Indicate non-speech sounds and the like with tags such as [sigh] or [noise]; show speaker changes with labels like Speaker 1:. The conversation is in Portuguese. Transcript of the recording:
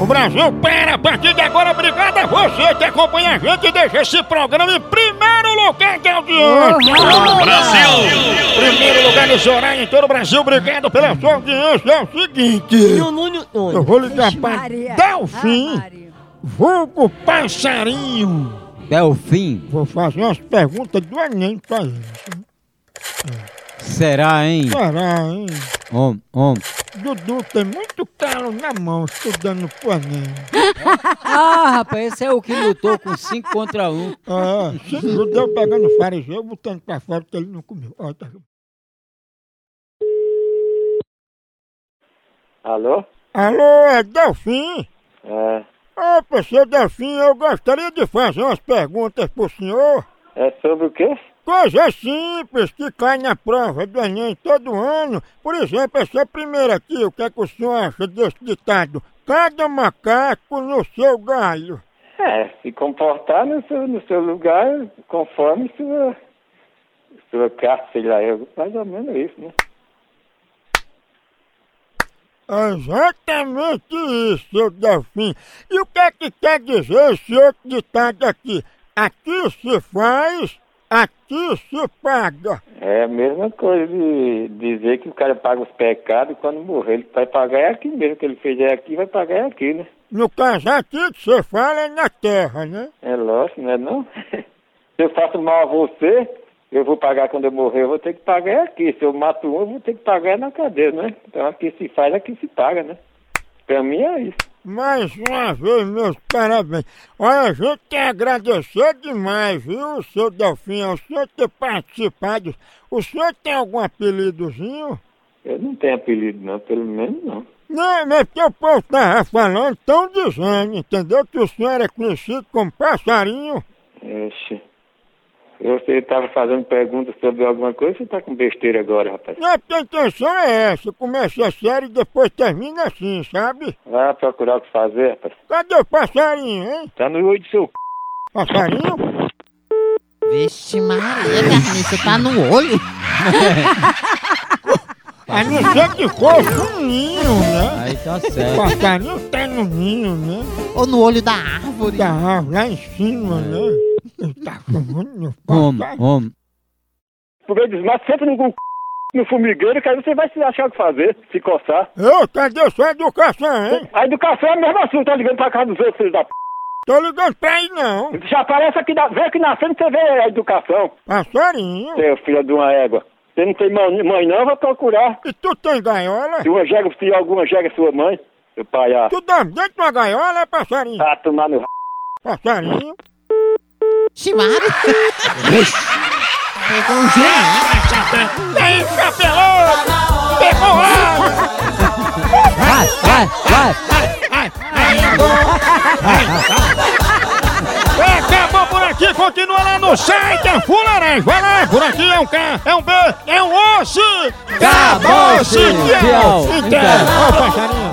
Speaker 1: O Brasil para, a partir de agora, obrigado a você que acompanha a gente e deixa esse programa em primeiro lugar de audiência.
Speaker 2: Brasil!
Speaker 1: Primeiro lugar nesse horário em todo o Brasil, obrigado pela sua audiência. É o
Speaker 3: E
Speaker 1: seguinte,
Speaker 3: o Nuno...
Speaker 1: eu vou ligar para
Speaker 4: Maria. Ah,
Speaker 1: Delfim,
Speaker 4: Maria.
Speaker 1: vulgo passarinho.
Speaker 5: É Delfim,
Speaker 1: Vou fazer umas perguntas do Enem pra ele.
Speaker 5: será, hein? Hum,
Speaker 1: Será, hein?
Speaker 5: Om, om.
Speaker 1: Dudu tem muito calo na mão estudando pro Enem.
Speaker 5: Ah, rapaz, esse é o que lutou com 5 contra 1. Um.
Speaker 1: Ah, se o judeu pegando o fariseu, botando pra fora que ele não comeu. Ó, tá-
Speaker 6: Alô?
Speaker 1: Alô, é Delfim?
Speaker 6: É,
Speaker 1: Ô, professor Delfim, eu gostaria de fazer umas perguntas pro senhor.
Speaker 6: é sobre o quê?
Speaker 1: Coisa simples que cai na prova do Enem todo ano. Por exemplo, essa primeira aqui, o que é que o senhor acha desse ditado? Cada macaco no seu galho.
Speaker 6: É, se comportar no seu, no seu lugar conforme sua, sua classe, sei lá, eu, mais ou menos isso, né?
Speaker 1: É Exatamente isso, seu Delfim. E o que é que quer dizer esse outro ditado aqui? Aqui se faz, aqui se paga.
Speaker 6: É a mesma coisa de dizer que o cara paga os pecados e quando morrer ele vai pagar é aqui mesmo, que ele fez é aqui, vai pagar é aqui, né?
Speaker 1: No caso aqui que você fala é na terra, né?
Speaker 6: É lógico, não é não? [laughs] Se eu faço mal a você, eu vou pagar quando eu morrer, eu vou ter que pagar é aqui. Se eu mato um, eu vou ter que pagar é na cadeia, né? Então aqui se faz, aqui se paga, né? Pra mim é isso.
Speaker 1: Mais uma vez, meus parabéns. Olha, a gente quer agradecer demais, viu, seu Delfim, ao senhor ter participado. O senhor tem algum apelidozinho?
Speaker 6: Eu não tenho apelido não, pelo menos não.
Speaker 1: Não, mas porque o povo estava falando, tão dizendo, entendeu? Que o senhor é conhecido como passarinho.
Speaker 6: Oxe. Você estava fazendo perguntas sobre alguma coisa, você está com besteira agora, rapaz.
Speaker 1: Não, porque a intenção é essa, começa sério e depois termina assim, sabe?
Speaker 6: Vai procurar o que fazer, rapaz.
Speaker 1: Cadê o passarinho, hein?
Speaker 6: Tá no olho do seu c...
Speaker 1: Passarinho?
Speaker 3: Vixe Maria, Carlinhos, você tá no olho.
Speaker 1: [laughs] A não ser que fosse um ninho, né?
Speaker 5: Aí tá certo.
Speaker 1: Passarinho tá no ninho, né?
Speaker 3: Ou no olho da árvore.
Speaker 1: Da árvore lá em cima, né? Ele tá fumando meu
Speaker 5: Om,
Speaker 1: passarinho.
Speaker 5: om.
Speaker 6: Porque desmato Tá sempre no c... no formigueiro, que aí você vai se achar o que fazer, se coçar.
Speaker 1: Eu, cadê sua educação, hein?
Speaker 6: A educação é o mesmo assunto, tá ligando pra casa dos outros, filho da p...
Speaker 1: Tô ligando pra ele não.
Speaker 6: Já aparece aqui, da... vem aqui na frente, você vê a educação.
Speaker 1: Passarinho.
Speaker 6: Seu filho de uma égua. Você não tem mão- mãe não, vai procurar.
Speaker 1: E tu tem gaiola?
Speaker 6: Se uma jega, se alguma jega é sua mãe, seu pai, ah,
Speaker 1: Tu dorme dentro de uma gaiola, é passarinho?
Speaker 6: tá tomar no c...
Speaker 1: Passarinho.
Speaker 3: Vixe Maria.
Speaker 5: é um né?
Speaker 1: Aí, capelão! Pegou água!
Speaker 5: Vai, vai, vai.
Speaker 1: Acabou por aqui, continua lá no site, é Fularães, vai lá, por aqui é um K, é um B, é um Osso! Acabou-se,
Speaker 5: Acabou-se, tchau.
Speaker 1: Então, ó o passarinho.